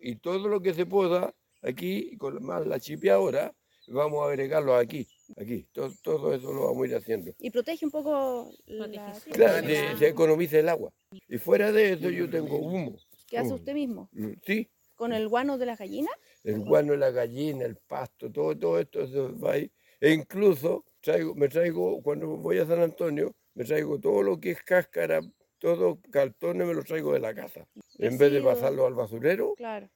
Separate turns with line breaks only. y todo lo que se pueda aquí, con más la chipeadora, vamos a agregarlo aquí, aquí. Todo, todo eso lo vamos a ir haciendo.
Y protege un poco la
Protege.
Claro,
Claro.
se, se economiza el agua. Y fuera de eso yo tengo humo.
que hace usted mismo.
Mm, Sí,
Con el guano de las gallinas.
el guano, la gallina, el pasto, todo, todo esto se va ahí. E incluso traigo, me traigo, cuando voy a San Antonio, me traigo todo lo que es cáscara, todos cartones me los traigo de la casa. En vez de
Residuos.
pasarlo al basurero,
Claro.